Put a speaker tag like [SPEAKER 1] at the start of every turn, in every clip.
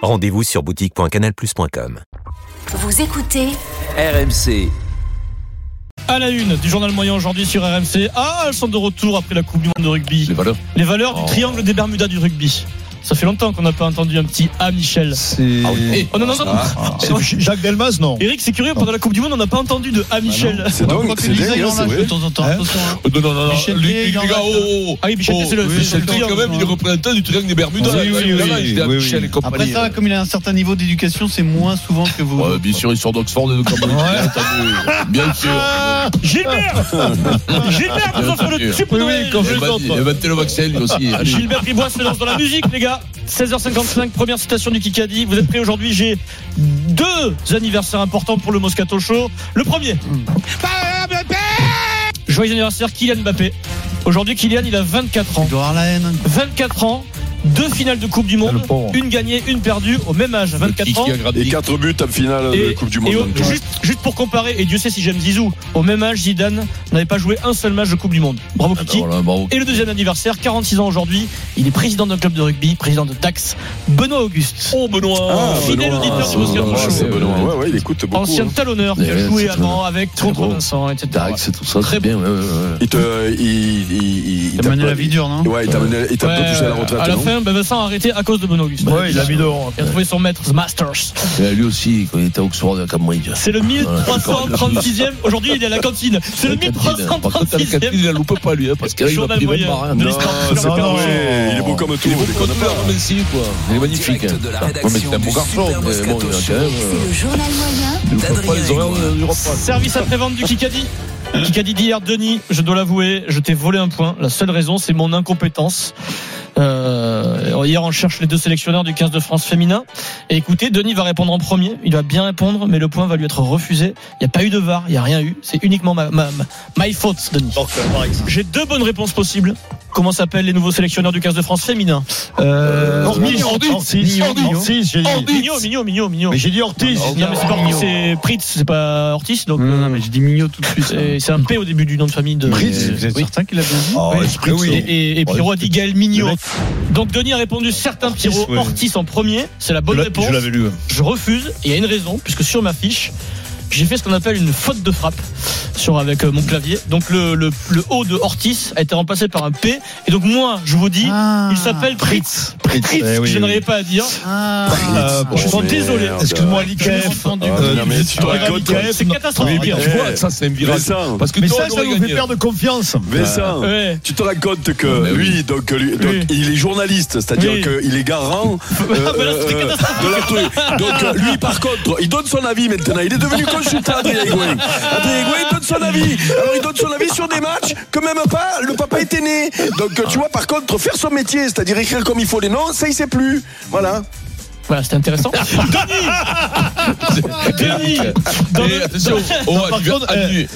[SPEAKER 1] Rendez-vous sur boutique.canalplus.com.
[SPEAKER 2] Vous écoutez
[SPEAKER 3] RMC.
[SPEAKER 4] À la une du journal moyen aujourd'hui sur RMC. Ah, elles sont de retour après la Coupe du Monde de rugby.
[SPEAKER 5] Les valeurs.
[SPEAKER 4] Les valeurs
[SPEAKER 5] Oh.
[SPEAKER 4] du triangle des Bermudas du rugby. Ça fait longtemps qu'on n'a pas entendu un petit A Michel. Oh,
[SPEAKER 5] C'est.
[SPEAKER 6] Ah
[SPEAKER 4] On en entend.
[SPEAKER 5] Ah, C'est
[SPEAKER 6] Jacques Delmas, non
[SPEAKER 4] Eric, c'est curieux, pendant la Coupe du Monde, on n'a pas entendu de A Michel.
[SPEAKER 5] Bah C'est dingue, c'est dingue, hein, c'est vrai.
[SPEAKER 6] De temps en temps,
[SPEAKER 5] Hein
[SPEAKER 6] attention, hein.
[SPEAKER 7] Non, non, non, non.
[SPEAKER 6] Michel
[SPEAKER 7] les,
[SPEAKER 6] Pied,
[SPEAKER 7] les
[SPEAKER 6] Jean
[SPEAKER 7] gars,
[SPEAKER 6] Baptiste.
[SPEAKER 7] oh, oh,
[SPEAKER 4] Ah oui, Michel,
[SPEAKER 7] oh,
[SPEAKER 4] c'est le-
[SPEAKER 7] oui,
[SPEAKER 4] c'est le
[SPEAKER 7] c'était
[SPEAKER 4] triangle,
[SPEAKER 7] quand même,
[SPEAKER 4] hein.
[SPEAKER 7] il est représentant du triangle des Bermudas.
[SPEAKER 4] Ah Oui, oui, oui,
[SPEAKER 7] Voilà,
[SPEAKER 5] oui,
[SPEAKER 7] il est à
[SPEAKER 5] oui,
[SPEAKER 7] Michel
[SPEAKER 5] oui.
[SPEAKER 7] et compagnie.
[SPEAKER 6] Après ça, comme il a un certain niveau d'éducation, c'est moins souvent que vous.
[SPEAKER 7] Ouais, bien sûr, il sort d'Oxford et de
[SPEAKER 6] Ah
[SPEAKER 7] Cambridge. Bien entendu. Bien sûr.
[SPEAKER 4] Ah, Gilbert Gilbert nous offre le tube de Noël.
[SPEAKER 7] Inventez le vaccin, lui aussi. Allez.
[SPEAKER 4] Gilbert Bribois se lance dans la musique, les gars. 16h55, première citation du Kikadi. Vous êtes prêts aujourd'hui J'ai deux anniversaires importants pour le Moscato Show. Le premier. Joyeux anniversaire, Kylian Mbappé. Aujourd'hui, Kylian, il a 24 ans.
[SPEAKER 6] Il doit avoir la haine.
[SPEAKER 4] 24 ans, deux finales de Coupe du
[SPEAKER 5] Ah,
[SPEAKER 4] Monde,
[SPEAKER 5] le pauvre.
[SPEAKER 4] une gagnée, une perdue, au même âge, à 24 ans.
[SPEAKER 5] Et 4 buts en
[SPEAKER 7] Ah,
[SPEAKER 5] finale de Coupe du Monde.
[SPEAKER 4] et au-
[SPEAKER 5] en tout.
[SPEAKER 4] juste, juste pour comparer, et Dieu sait si j'aime Zizou, au même âge, Zidane n'avait pas joué un seul match de Coupe du Monde. Bravo Kiki.
[SPEAKER 7] Ah, Voilà, bravo.
[SPEAKER 4] Et le deuxième anniversaire, 46 ans aujourd'hui, il est président d'un club de rugby, président de Dax, Benoît Auguste.
[SPEAKER 7] Oh, Benoît.
[SPEAKER 5] Ah,
[SPEAKER 4] fidèle auditeur du
[SPEAKER 5] c'est
[SPEAKER 7] Ah,
[SPEAKER 4] Moscato
[SPEAKER 5] Benoît,
[SPEAKER 4] Show.
[SPEAKER 5] c'est Benoît. Ouais, ouais, il écoute beaucoup.
[SPEAKER 4] Ancien
[SPEAKER 5] hein.
[SPEAKER 4] talonneur qui a
[SPEAKER 7] Ouais,
[SPEAKER 4] joué
[SPEAKER 7] c'est
[SPEAKER 4] avant avec Trontre
[SPEAKER 7] bon.
[SPEAKER 4] Vincent, etc.
[SPEAKER 7] Dax, tout ça,
[SPEAKER 4] Très
[SPEAKER 7] c'est bien. ouais, ouais, ouais.
[SPEAKER 5] Il te. Euh, Il, il, il, il
[SPEAKER 6] T'as
[SPEAKER 5] t'a
[SPEAKER 6] mené
[SPEAKER 5] pas-
[SPEAKER 6] la vie dure, non
[SPEAKER 5] Ouais, il t'a mené- il t'a
[SPEAKER 4] Ouais,
[SPEAKER 5] pas touché à la retraite,
[SPEAKER 4] à la
[SPEAKER 5] non
[SPEAKER 4] fin, ben, Vincent a arrêté à cause de Benoît Auguste.
[SPEAKER 6] Ouais, il l'a mis dehors.
[SPEAKER 4] Il a trouvé son maître, The Masters.
[SPEAKER 7] Et Lui aussi, quand il était à Oxford et à Cambridge.
[SPEAKER 4] C'est le 1336e. Aujourd'hui, il est à la cantine. C'est le
[SPEAKER 7] Par contre, à la
[SPEAKER 4] 1336e.
[SPEAKER 7] cantine, il la loupe pas, lui, hein, parce que là, il va
[SPEAKER 4] Journal
[SPEAKER 7] plus
[SPEAKER 4] moyen.
[SPEAKER 7] même
[SPEAKER 4] De
[SPEAKER 5] Non,
[SPEAKER 4] l'histoire.
[SPEAKER 5] c'est
[SPEAKER 4] Non,
[SPEAKER 5] pas
[SPEAKER 4] non,
[SPEAKER 5] vrai. Il est beau comme tout.
[SPEAKER 7] Il est beau
[SPEAKER 5] déconne
[SPEAKER 7] comme tout,
[SPEAKER 5] pas.
[SPEAKER 7] alors, mais si, quoi. Il est magnifique. hein.
[SPEAKER 3] de la
[SPEAKER 7] Ouais, mais c'est
[SPEAKER 3] rédaction
[SPEAKER 7] un
[SPEAKER 3] du
[SPEAKER 7] beau garçon,
[SPEAKER 3] Super
[SPEAKER 7] mais bon, il a
[SPEAKER 3] Moscato
[SPEAKER 7] quand même.
[SPEAKER 3] Show.
[SPEAKER 7] euh,
[SPEAKER 2] le journal moyen
[SPEAKER 7] il loupe pas les
[SPEAKER 3] D'Adrien
[SPEAKER 7] horaires euh,
[SPEAKER 3] Aigouin.
[SPEAKER 7] du repas.
[SPEAKER 4] Service après-vente du Kikadi. Kikadi d'hier, Denis, je dois l'avouer, je t'ai volé un point. La seule raison, c'est mon incompétence. Euh, hier, on cherche les deux sélectionneurs du 15 de France féminin. Et écoutez, Denis va répondre en premier. Il va bien répondre, mais le point va lui être refusé. Il n'y a pas eu de VAR, il n'y a rien eu. C'est uniquement ma, ma, ma- my fault, Denis. J'ai deux bonnes réponses possibles. Comment s'appellent les nouveaux sélectionneurs du 15 de France féminin
[SPEAKER 6] Euh,
[SPEAKER 4] Ortiz,
[SPEAKER 6] Ortiz,
[SPEAKER 4] Ortiz,
[SPEAKER 6] Ortiz,
[SPEAKER 4] Ortiz,
[SPEAKER 6] Ortiz, j'ai dit.
[SPEAKER 4] Mignot, Mignot, Mignot, Mignot.
[SPEAKER 6] Mais j'ai dit Ortiz.
[SPEAKER 4] Non, mais c'est pas Ortiz, c'est Pritz, c'est pas Ortiz. Donc, euh,
[SPEAKER 6] Non, mais j'ai dit Mignot tout de suite.
[SPEAKER 4] c'est c'est un P au début du nom de famille de
[SPEAKER 6] Britz, vous êtes
[SPEAKER 4] Oui.
[SPEAKER 6] certain qu'il a bien dit
[SPEAKER 7] Ah,
[SPEAKER 4] Oui.
[SPEAKER 7] esprit de
[SPEAKER 4] Et-
[SPEAKER 7] saut.
[SPEAKER 4] Et, et Pierrot a dit Gaël
[SPEAKER 6] Le
[SPEAKER 4] Mignot.
[SPEAKER 6] mec-
[SPEAKER 4] Donc Denis a répondu certains
[SPEAKER 6] Ortiz,
[SPEAKER 4] Pierrot
[SPEAKER 6] ouais.
[SPEAKER 4] Ortiz en premier. C'est la bonne
[SPEAKER 6] Je l'a-
[SPEAKER 4] réponse.
[SPEAKER 6] Je l'avais lu.
[SPEAKER 4] Je refuse. Et il y a une raison, puisque sur ma fiche, j'ai fait ce qu'on appelle une faute de frappe sur avec euh, mon clavier. Donc le, le, le O de Ortiz a été remplacé par un P. Et donc moi, je vous dis,
[SPEAKER 6] Ah.
[SPEAKER 4] il s'appelle Pritz. Pritz,
[SPEAKER 6] Eh oui,
[SPEAKER 4] je
[SPEAKER 6] oui.
[SPEAKER 4] n'arrive pas à dire. Euh,
[SPEAKER 6] Ah.
[SPEAKER 5] Ah, bon,
[SPEAKER 4] je suis
[SPEAKER 5] merde.
[SPEAKER 4] désolé.
[SPEAKER 6] Excuse-moi,
[SPEAKER 4] Je me suis
[SPEAKER 6] l'IKF.
[SPEAKER 4] entendu.
[SPEAKER 5] Ah,
[SPEAKER 6] Euh,
[SPEAKER 5] non, mais tu te
[SPEAKER 6] ouais,
[SPEAKER 5] racontes.
[SPEAKER 6] l'IKF,
[SPEAKER 4] C'est catastrophique.
[SPEAKER 7] Tu vois, ça, c'est un virage.
[SPEAKER 5] Vincent,
[SPEAKER 7] Parce que
[SPEAKER 6] Mais
[SPEAKER 7] toi,
[SPEAKER 6] ça,
[SPEAKER 7] on
[SPEAKER 6] ça
[SPEAKER 7] aurait
[SPEAKER 6] nous
[SPEAKER 7] gagné.
[SPEAKER 6] fait perdre confiance.
[SPEAKER 5] Vincent.
[SPEAKER 4] Ouais.
[SPEAKER 5] Tu te racontes que
[SPEAKER 7] Mais oui.
[SPEAKER 5] lui, donc, lui- donc,
[SPEAKER 4] Oui.
[SPEAKER 5] il est journaliste, c'est-à-dire
[SPEAKER 4] Oui.
[SPEAKER 5] qu'il est garant euh,
[SPEAKER 4] Ah, bah là, c'était
[SPEAKER 5] euh, de la truc. Donc euh, lui, par contre, il donne son avis maintenant. Il est devenu consultant, Adrien Higuain. Adrien Higuain donne son avis. Alors il donne son avis sur des matchs que même pas le papa était né. Donc euh, tu vois, par contre, faire son métier, c'est-à-dire écrire comme il faut les noms, ça il sait plus. Voilà.
[SPEAKER 4] Voilà, c'était intéressant. Denis Denis dans
[SPEAKER 7] Et
[SPEAKER 4] le-
[SPEAKER 7] attention,
[SPEAKER 4] dans-
[SPEAKER 7] au
[SPEAKER 6] Non, par
[SPEAKER 7] anniver-
[SPEAKER 6] contre,
[SPEAKER 7] annu-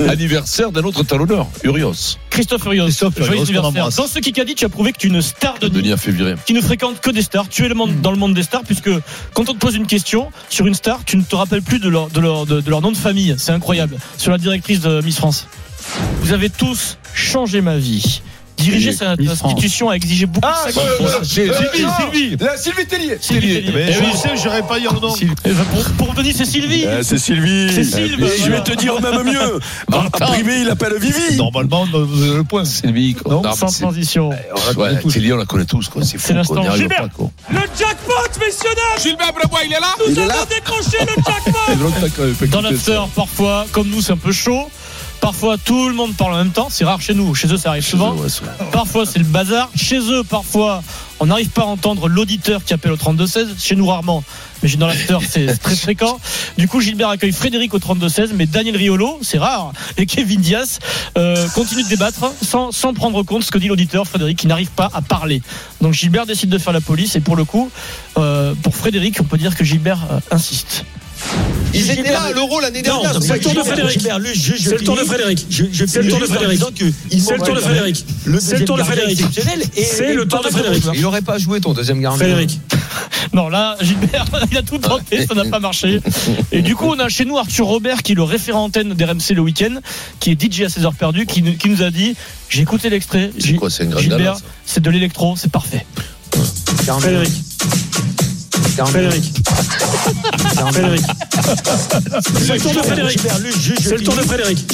[SPEAKER 7] Eh. anniversaire d'un autre talonneur, Urios.
[SPEAKER 4] Christophe Urios,
[SPEAKER 6] Christophe Urios,
[SPEAKER 4] joyeux
[SPEAKER 6] qu'on
[SPEAKER 4] anniversaire.
[SPEAKER 6] embrasse.
[SPEAKER 4] Dans ce Kikadi, tu as prouvé que tu es une star de
[SPEAKER 7] Denis a fait virer.
[SPEAKER 4] qui ne fréquente que des stars. Tu es le monde, dans le monde des stars, puisque quand on te pose une question sur une star, tu ne te rappelles plus de leur, de leur, de, de leur nom de famille. C'est incroyable. Sur la directrice de Miss France. Vous avez tous changé ma vie. Diriger
[SPEAKER 6] Oui,
[SPEAKER 4] cette
[SPEAKER 6] Miss
[SPEAKER 4] institution a exigé beaucoup de sacrifices.
[SPEAKER 7] J'ai-
[SPEAKER 6] Sylvie, Sylvie.
[SPEAKER 5] La Sylvie Tellier.
[SPEAKER 4] Sylvie Tellier.
[SPEAKER 6] Mais
[SPEAKER 4] Eh oui,
[SPEAKER 6] je sais, j'aurais pas dit en nom.
[SPEAKER 4] eh ben, pour, pour Denis, c'est
[SPEAKER 6] Eh
[SPEAKER 4] Sylvie.
[SPEAKER 5] Ah, c'est Sylvie.
[SPEAKER 4] C'est Sylvie, Bah,
[SPEAKER 5] Et je
[SPEAKER 4] voilà.
[SPEAKER 5] vais te dire même mieux. En en privé, il appelle Vivi.
[SPEAKER 6] Normalement, on donne le point.
[SPEAKER 7] Sylvie, quoi.
[SPEAKER 6] Non,
[SPEAKER 7] Non,
[SPEAKER 4] Sans
[SPEAKER 7] c'est-
[SPEAKER 4] transition.
[SPEAKER 7] on la connaît tous. Sylvie, on la connaît tous, quoi. C'est
[SPEAKER 4] C'est
[SPEAKER 7] fou,
[SPEAKER 4] l'instant
[SPEAKER 7] quoi. On n'y arrive
[SPEAKER 4] Gilbert.
[SPEAKER 7] pas, quoi.
[SPEAKER 8] Le jackpot, messieurs dames Gilbert Blebois, il est là Nous
[SPEAKER 5] Il est
[SPEAKER 8] avons
[SPEAKER 5] là
[SPEAKER 8] décroché le jackpot
[SPEAKER 7] Et l'autre, t'as quand même fait
[SPEAKER 4] Dans
[SPEAKER 7] quitter ça.
[SPEAKER 4] l'after, parfois, comme nous, c'est un peu chaud. Parfois, tout le monde parle en même temps. C'est rare chez nous. Chez eux, ça arrive
[SPEAKER 7] Chez eux,
[SPEAKER 4] souvent.
[SPEAKER 7] ouais, ça.
[SPEAKER 4] Parfois, c'est le bazar. Chez eux, parfois, on n'arrive pas à entendre l'auditeur qui appelle au 32-16. Chez nous, rarement. Mais dans l'after, c'est très fréquent. Du coup, Gilbert accueille Frédéric au 32-16, mais Daniel Riolo, c'est rare, hein, et Kevin Diaz euh, continuent de débattre sans, sans prendre compte ce que dit l'auditeur Frédéric, qui n'arrive pas à parler. Donc Gilbert décide de faire la police, et pour le coup, euh, pour Frédéric, on peut dire que Gilbert euh, insiste.
[SPEAKER 3] Ils étaient là à l'Euro l'année dernière.
[SPEAKER 4] c'est le tour de Frédéric.
[SPEAKER 3] C'est le tour de Frédéric. C'est le tour de Frédéric. C'est le tour de Frédéric. C'est le tour de Frédéric. C'est le tour de Frédéric. Il n'aurait pas joué ton deuxième gardien. Frédéric.
[SPEAKER 4] Non, là, Gilbert, il a tout tenté, ça n'a pas marché. Et du coup, on a chez nous Arthur Robert, qui est le référent antenne d'RMC le week-end, qui est DJ à 16 heures perdues, qui, nous- qui nous a dit J'ai écouté l'extrait. Gi-
[SPEAKER 7] quoi, c'est une grande
[SPEAKER 4] Gilbert,
[SPEAKER 7] dame, ça
[SPEAKER 4] c'est de l'électro, c'est parfait.
[SPEAKER 3] Frédéric. Frédéric. Frédéric. C'est le tour de Frédéric. C'est le tour de Frédéric.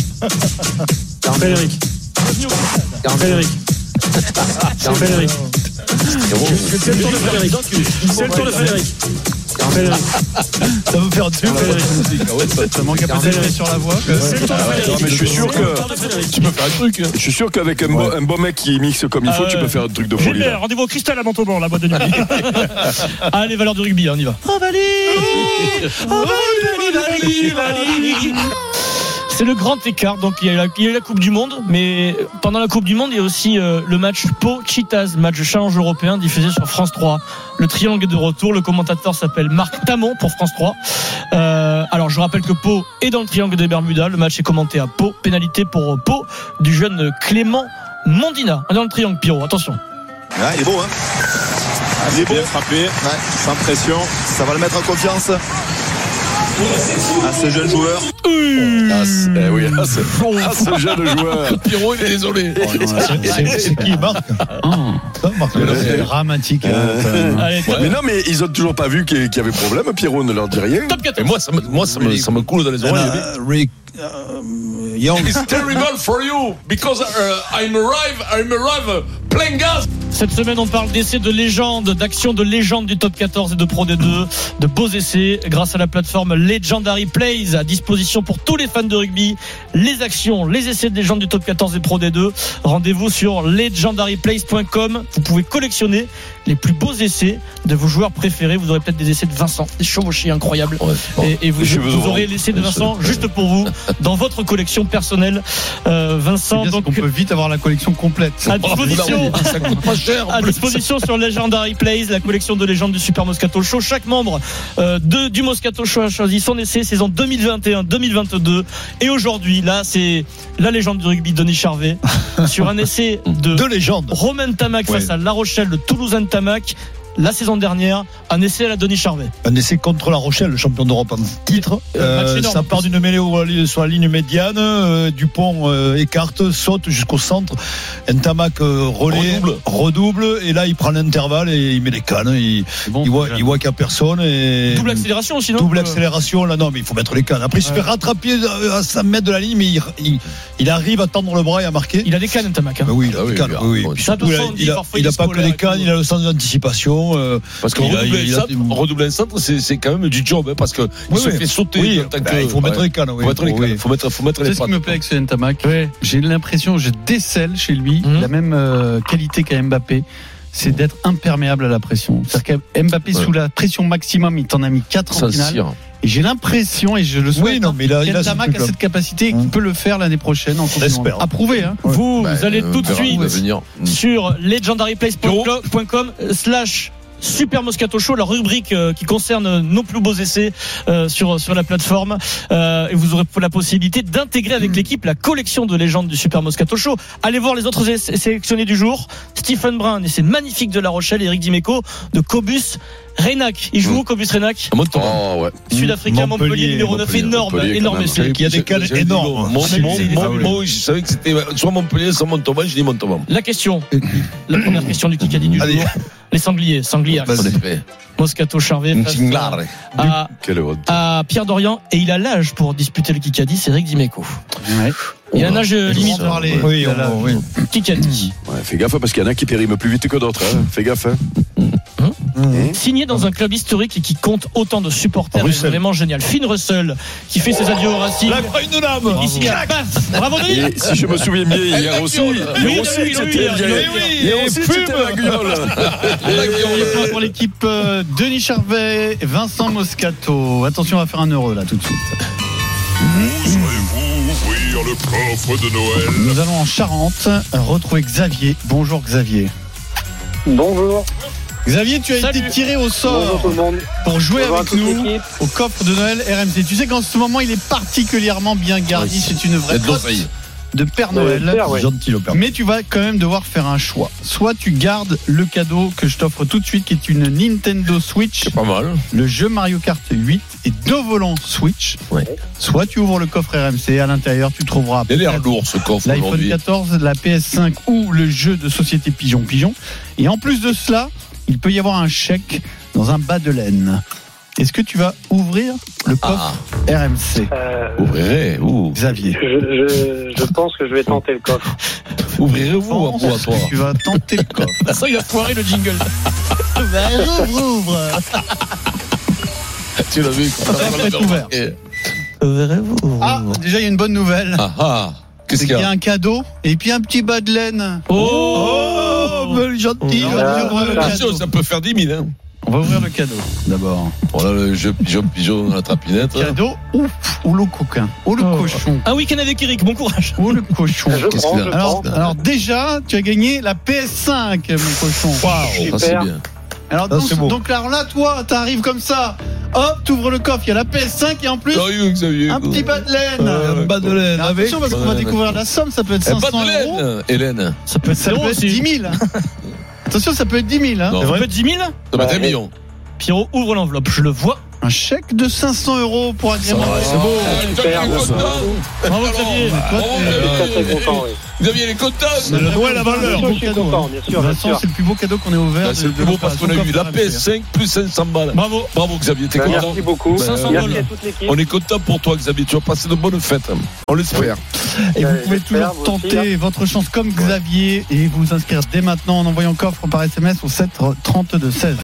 [SPEAKER 3] Frédéric. Frédéric. Frédéric. C'est le tour de Frédéric. C'est le tour de Frédéric. Frédéric.
[SPEAKER 6] Ça veut faire deux. Ah Ça manque un peu
[SPEAKER 3] Frédéric.
[SPEAKER 6] d'effet sur la voix.
[SPEAKER 3] C'est le tour de Frédéric.
[SPEAKER 5] Non, mais je suis sûr que.
[SPEAKER 6] Tu peux faire un truc.
[SPEAKER 5] Je suis sûr qu'avec un, bon, un bon mec qui mixe comme il
[SPEAKER 4] Ah
[SPEAKER 5] faut, tu
[SPEAKER 4] ouais.
[SPEAKER 5] peux faire un truc de folie.
[SPEAKER 4] Gilbert,
[SPEAKER 5] là.
[SPEAKER 4] rendez-vous au Cristal à Montauban, la boîte de nuit.
[SPEAKER 3] Ah,
[SPEAKER 4] Allez, valeurs du
[SPEAKER 3] hein,
[SPEAKER 4] rugby, on y va. C'est le grand écart. Donc il y, a eu la, il y a eu la Coupe du Monde, mais pendant la Coupe du Monde, il y a aussi euh, le match Pau Chitas, match de challenge européen diffusé sur France 3. Le triangle est de retour. Le commentateur s'appelle Marc Tamon pour France 3. Euh, alors je rappelle que Pau est dans le triangle des Bermudas. Le match est commenté à Pau. Pénalité pour Pau du jeune Clément Mondina. On est dans le triangle, Pierrot. Attention.
[SPEAKER 9] Ouais, il est beau, hein Il est beau. frappé, sans pression. Ça va le mettre en confiance à ce jeune joueur.
[SPEAKER 5] Ah, c'est- eh oui, ah, c'est ah, ce jeune joueur.
[SPEAKER 7] Pierrot, il est désolé.
[SPEAKER 6] C'est qui, Marc Oh, Non, Marc, c'est dramatique. hein.
[SPEAKER 5] Euh,
[SPEAKER 4] Allez, top,
[SPEAKER 5] Mais non, mais ils ont toujours pas vu qu'il qu'il y avait problème, Pierrot, ne leur dit rien.
[SPEAKER 4] top 14.
[SPEAKER 7] Et moi, ça me, moi, ça me, ça me coule dans les oreilles.
[SPEAKER 3] Rick. Young.
[SPEAKER 7] It's terrible for you because uh, I'm arrive, I'm arrive, plein gas.
[SPEAKER 4] Cette semaine, on parle d'essais de légende, d'actions de légende du top 14 et de Pro D2, de beaux essais grâce à la plateforme Legendary Plays à disposition pour tous les fans de rugby. Les actions, les essais de légende du top 14 et Pro D2. Rendez-vous sur legendaryplays.com. Vous pouvez collectionner les plus beaux essais de vos joueurs préférés. Vous aurez peut-être des essais de Vincent, des chevauchés incroyables. Et, et vous,
[SPEAKER 5] Les cheveux
[SPEAKER 4] Oh, vous
[SPEAKER 5] ouvrants.
[SPEAKER 4] aurez l'essai de Vincent juste pour vous dans votre collection personnelle. Euh, Vincent,
[SPEAKER 6] C'est bien, c'est
[SPEAKER 4] donc
[SPEAKER 6] qu'on peut vite avoir la collection complète.
[SPEAKER 4] à disposition.
[SPEAKER 7] Ça coûte pas cher. en
[SPEAKER 4] à
[SPEAKER 7] plus.
[SPEAKER 4] disposition sur Legendary Plays, la collection de légendes du Super Moscato Show. Chaque membre euh, de, du Moscato Show a choisi son essai saison 2021-2022. Et aujourd'hui, là, c'est la légende du rugby, Denis Charvet, sur un essai de
[SPEAKER 6] Deux légendes.
[SPEAKER 4] Romain Tamac
[SPEAKER 6] Ouais.
[SPEAKER 4] face à La Rochelle, le Toulousain Tamac. La saison dernière, un essai à la Denis Charvet.
[SPEAKER 6] Un essai contre la Rochelle, le champion d'Europe en titre.
[SPEAKER 4] Euh, match
[SPEAKER 6] Euh,
[SPEAKER 4] énorme.
[SPEAKER 6] ça part d'une mêlée au- sur la ligne médiane. euh, Dupont euh, écarte, saute jusqu'au centre. Ntamak euh, relais,
[SPEAKER 7] Redouble.
[SPEAKER 6] redouble. Et là, il prend l'intervalle et il met les cannes. Il,
[SPEAKER 7] bon,
[SPEAKER 6] il voit, il voit qu'il n'y a personne. Et...
[SPEAKER 4] Double accélération aussi, non
[SPEAKER 6] Double
[SPEAKER 4] Euh,
[SPEAKER 6] accélération, là non, mais il faut mettre les cannes. Après, il se fait rattraper euh, à 100 mètres de la ligne, mais il, il- il arrive à tendre le bras et à marquer.
[SPEAKER 4] Il a des cannes, Tamac. hein.
[SPEAKER 6] Ben oui, il a
[SPEAKER 7] Ah oui,
[SPEAKER 6] des cannes,
[SPEAKER 7] il a-
[SPEAKER 6] oui, oui.
[SPEAKER 7] bon,
[SPEAKER 6] Puis
[SPEAKER 4] ça,
[SPEAKER 6] surtout,
[SPEAKER 4] tout
[SPEAKER 6] il a-
[SPEAKER 4] ça, on dit,
[SPEAKER 6] il a-
[SPEAKER 4] parfois,
[SPEAKER 6] il
[SPEAKER 4] il
[SPEAKER 6] a
[SPEAKER 4] se
[SPEAKER 6] pas que
[SPEAKER 4] colère et
[SPEAKER 6] les
[SPEAKER 4] tout.
[SPEAKER 6] cannes, il a le sens d'anticipation. euh,
[SPEAKER 7] Parce que
[SPEAKER 6] Il a-
[SPEAKER 7] redoubler
[SPEAKER 6] il
[SPEAKER 7] un
[SPEAKER 6] a-
[SPEAKER 7] centre, redoubler un centre, c'est c'est quand même du job, hein, parce que il
[SPEAKER 6] Oui,
[SPEAKER 7] se
[SPEAKER 6] oui.
[SPEAKER 7] fait sauter.
[SPEAKER 6] oui,
[SPEAKER 7] en tant
[SPEAKER 6] ben,
[SPEAKER 7] que-
[SPEAKER 6] il faut mettre
[SPEAKER 7] Ouais.
[SPEAKER 6] les cannes. oui. Oh,
[SPEAKER 7] Faut mettre les
[SPEAKER 6] Oui.
[SPEAKER 7] cannes, faut mettre, faut mettre
[SPEAKER 10] C'est
[SPEAKER 7] les
[SPEAKER 10] ce qui
[SPEAKER 7] pattes.
[SPEAKER 10] me plaît avec ce Ntamak. J'ai l'impression, je décèle chez lui
[SPEAKER 4] Mhm.
[SPEAKER 10] la même euh, qualité qu'à Mbappé. C'est d'être imperméable à la pression. C'est-à-dire qu'Mbappé,
[SPEAKER 7] Ouais.
[SPEAKER 10] sous la pression maximum, il t'en a mis 4 en
[SPEAKER 7] Ça se
[SPEAKER 10] finale.
[SPEAKER 7] tire.
[SPEAKER 10] Et j'ai l'impression, et je le souhaite,
[SPEAKER 6] Oui, non, mais là, il a ce
[SPEAKER 10] qu'Ntamak a
[SPEAKER 6] truc-là.
[SPEAKER 10] cette capacité et
[SPEAKER 6] Mhm.
[SPEAKER 10] qu'il peut le faire l'année prochaine en Coupe du Monde.
[SPEAKER 6] J'espère.
[SPEAKER 10] Approuvé, hein
[SPEAKER 6] Ouais.
[SPEAKER 4] Vous,
[SPEAKER 7] Bah,
[SPEAKER 4] vous allez
[SPEAKER 7] euh,
[SPEAKER 4] tout
[SPEAKER 7] on
[SPEAKER 4] de
[SPEAKER 7] verra, on
[SPEAKER 4] suite
[SPEAKER 7] va venir.
[SPEAKER 4] sur legendaryplace.com slash Super Moscato Show, la rubrique euh, qui concerne nos plus beaux essais euh, sur, sur la plateforme. Euh, et vous aurez la possibilité d'intégrer
[SPEAKER 7] Mm.
[SPEAKER 4] avec l'équipe la collection de légendes du Super Moscato Show. Allez voir les autres essais sélectionnés du jour. Stephen Brun, un essai magnifique de La Rochelle, et Eric Dimeco de Cobus Renac. Il joue où Cobus Renac
[SPEAKER 7] Un mot de temps.
[SPEAKER 5] Oh, ouais.
[SPEAKER 4] Sud-africain, Montpellier,
[SPEAKER 6] Montpellier,
[SPEAKER 4] numéro 9,
[SPEAKER 7] Mm. Montpellier,
[SPEAKER 4] énorme,
[SPEAKER 7] Montpellier, quand
[SPEAKER 4] énorme
[SPEAKER 7] même.
[SPEAKER 4] essai.
[SPEAKER 6] Il y a des cannes
[SPEAKER 7] J'avais dit Mon,
[SPEAKER 6] énormes.
[SPEAKER 7] mon,
[SPEAKER 4] C'est-
[SPEAKER 7] mon,
[SPEAKER 4] c'est-
[SPEAKER 7] mon- mon- je savais que c'était soit Montpellier, soit Montauban, je dis Montauban.
[SPEAKER 4] La question, la première question du Kikadi du
[SPEAKER 6] Allez.
[SPEAKER 4] jour. Les sangliers, sangliers,
[SPEAKER 7] En effet.
[SPEAKER 4] Moscato Charvet,
[SPEAKER 7] Un
[SPEAKER 4] face
[SPEAKER 7] cinglare.
[SPEAKER 4] à,
[SPEAKER 5] Quelle honte.
[SPEAKER 4] à Pierre Dorian et il a l'âge pour disputer le Kikadi, c'est Eric Dimeco.
[SPEAKER 10] Ouais.
[SPEAKER 4] Il a un âge euh, limite
[SPEAKER 7] parler.
[SPEAKER 6] Oui, on- oui.
[SPEAKER 4] Kikadi.
[SPEAKER 5] Ouais, fais gaffe parce qu'il y en a qui périment plus vite que d'autres. hein. Fais gaffe. hein.
[SPEAKER 4] Signé dans un club historique et qui compte autant de supporters,
[SPEAKER 6] Russell.
[SPEAKER 4] c'est vraiment génial. Finn Russell qui fait ses adieux au Racing.
[SPEAKER 6] La croix une lame
[SPEAKER 4] Ici à Bath. Bravo Denis.
[SPEAKER 5] Et si je me souviens bien, hier aussi,
[SPEAKER 4] Oui,
[SPEAKER 5] hier aussi,
[SPEAKER 4] oui, oui,
[SPEAKER 5] c'était
[SPEAKER 4] oui,
[SPEAKER 5] bien.
[SPEAKER 4] oui, oui.
[SPEAKER 5] Hier aussi, c'était la gueule.
[SPEAKER 10] Premier point pour l'équipe euh, Denis Charvet, Vincent Moscato. Attention, on va faire un euro là tout de suite. Nous allons en Charente retrouver Xavier. Bonjour Xavier. Bonjour. Xavier, tu as
[SPEAKER 4] Salut.
[SPEAKER 10] été tiré au sort pour jouer
[SPEAKER 4] Bonjour à
[SPEAKER 10] avec
[SPEAKER 4] toute
[SPEAKER 10] nous
[SPEAKER 4] l'équipe.
[SPEAKER 10] au coffre de Noël RMC. Tu sais qu'en ce moment, il est particulièrement bien garni. C'est une vraie
[SPEAKER 6] C'est de
[SPEAKER 10] crotte
[SPEAKER 6] l'oseille.
[SPEAKER 10] de Père
[SPEAKER 6] Ouais,
[SPEAKER 10] Noël.
[SPEAKER 6] le père, ouais. Gentil, le père.
[SPEAKER 10] Mais tu vas quand même devoir faire un choix. Soit tu gardes le cadeau que je t'offre tout de suite, qui est une Nintendo Switch. C'est
[SPEAKER 7] pas mal.
[SPEAKER 10] Le jeu Mario Kart 8 et deux volants Switch. Soit tu ouvres le coffre RMC. À l'intérieur, tu trouveras.
[SPEAKER 7] Il a l'air lourd ce coffre
[SPEAKER 10] L'iPhone
[SPEAKER 7] aujourd'hui.
[SPEAKER 10] 14, la PS5 ou le jeu de société Pigeon Pigeon. Et en plus de cela, il peut y avoir un chèque dans un bas de laine. Est-ce que tu vas ouvrir le coffre RMC
[SPEAKER 7] Ouvrirez, ou
[SPEAKER 10] Xavier.
[SPEAKER 11] Je, je, je pense que je vais tenter le coffre.
[SPEAKER 7] Ouvrirez-vous à quoi, toi
[SPEAKER 10] Tu vas tenter le coffre.
[SPEAKER 4] Ça, il a foiré le jingle.
[SPEAKER 10] Ben, j'ouvre.
[SPEAKER 7] Tu l'as vu quand
[SPEAKER 10] Ça va être ouvert.
[SPEAKER 7] Et-
[SPEAKER 10] Ah, déjà, il y a une bonne nouvelle.
[SPEAKER 7] Ah ah Qu'est-ce
[SPEAKER 10] C'est
[SPEAKER 7] qu'il y
[SPEAKER 10] y a
[SPEAKER 7] a
[SPEAKER 10] un cadeau et puis un petit bas de laine. Oh, ben, gentil. on va ouvrir le
[SPEAKER 7] Attention,
[SPEAKER 10] cadeau.
[SPEAKER 7] Ça peut faire 10 000. Hein.
[SPEAKER 10] On va ouvrir le cadeau d'abord.
[SPEAKER 7] Voilà le jeu pigeon pigeon dans la trapinette. hein.
[SPEAKER 10] Cadeau ou, ou le coquin ou le cochon.
[SPEAKER 4] Un week-end avec Eric, bon courage.
[SPEAKER 10] Oh le cochon.
[SPEAKER 7] Je Qu'est-ce prends, qu'il a Oh, bah, je
[SPEAKER 10] alors,
[SPEAKER 7] prends.
[SPEAKER 10] alors déjà, tu as gagné la PS5, mon cochon.
[SPEAKER 7] Waouh, ça c'est bien.
[SPEAKER 10] Alors
[SPEAKER 7] Ah,
[SPEAKER 6] Ça,
[SPEAKER 10] donc,
[SPEAKER 6] c'est beau.
[SPEAKER 10] donc là, là, toi, t'arrives comme ça. Hop, t'ouvres le coffre, il y a la PS5 et en plus
[SPEAKER 7] Sérieux, Xavier.
[SPEAKER 10] un petit bas de laine. Ah,
[SPEAKER 7] Euh,
[SPEAKER 6] Bas de laine avec.
[SPEAKER 10] Attention parce qu'on va découvrir la somme, ça peut être
[SPEAKER 7] Eh, Pas
[SPEAKER 10] 500
[SPEAKER 7] de
[SPEAKER 10] euros,
[SPEAKER 7] laine, Hélène.
[SPEAKER 4] Ça peut être
[SPEAKER 10] ça peut
[SPEAKER 4] zéro
[SPEAKER 10] être
[SPEAKER 4] aussi.
[SPEAKER 10] 10 000. Attention, ça peut être 10 000. hein.
[SPEAKER 7] Non,
[SPEAKER 4] Ça peut être 10 000
[SPEAKER 7] ça va être un million.
[SPEAKER 4] Pierrot, ouvre l'enveloppe, je le vois.
[SPEAKER 10] Un chèque de 500 euros pour agrémenter.
[SPEAKER 7] C'est beau. Xavier est content.
[SPEAKER 4] Bravo Xavier.
[SPEAKER 7] Bravo,
[SPEAKER 11] Très très content, oui.
[SPEAKER 7] Xavier il est content. Bah,
[SPEAKER 10] C'est Euh, le
[SPEAKER 6] Noël à valeur.
[SPEAKER 10] Beau
[SPEAKER 11] Je suis
[SPEAKER 10] cadeau,
[SPEAKER 11] content,
[SPEAKER 10] hein.
[SPEAKER 11] bien
[SPEAKER 10] De
[SPEAKER 11] sûr,
[SPEAKER 10] toute
[SPEAKER 11] bien
[SPEAKER 10] façon,
[SPEAKER 11] sûr.
[SPEAKER 10] c'est le plus beau cadeau qu'on ait ouvert.
[SPEAKER 7] Bah, C'est
[SPEAKER 10] de-
[SPEAKER 7] le plus
[SPEAKER 10] de
[SPEAKER 7] beau parce qu'on a eu la
[SPEAKER 10] euh,
[SPEAKER 7] PS5 plus 500 balles.
[SPEAKER 4] Bravo.
[SPEAKER 7] Bravo Xavier, t'es
[SPEAKER 11] Ben,
[SPEAKER 7] content
[SPEAKER 11] Merci beaucoup.
[SPEAKER 10] Bah,
[SPEAKER 4] 500
[SPEAKER 11] Merci à
[SPEAKER 4] balles.
[SPEAKER 11] toute l'équipe.
[SPEAKER 7] On est content pour toi Xavier, tu vas passer de bonnes fêtes. On l'espère.
[SPEAKER 10] Et vous
[SPEAKER 11] Ouais,
[SPEAKER 10] pouvez
[SPEAKER 11] j'espère,
[SPEAKER 10] toujours
[SPEAKER 11] vous aussi, hein.
[SPEAKER 10] tenter votre chance comme Xavier et vous inscrire dès maintenant en envoyant coffre par SMS au 7 32 16.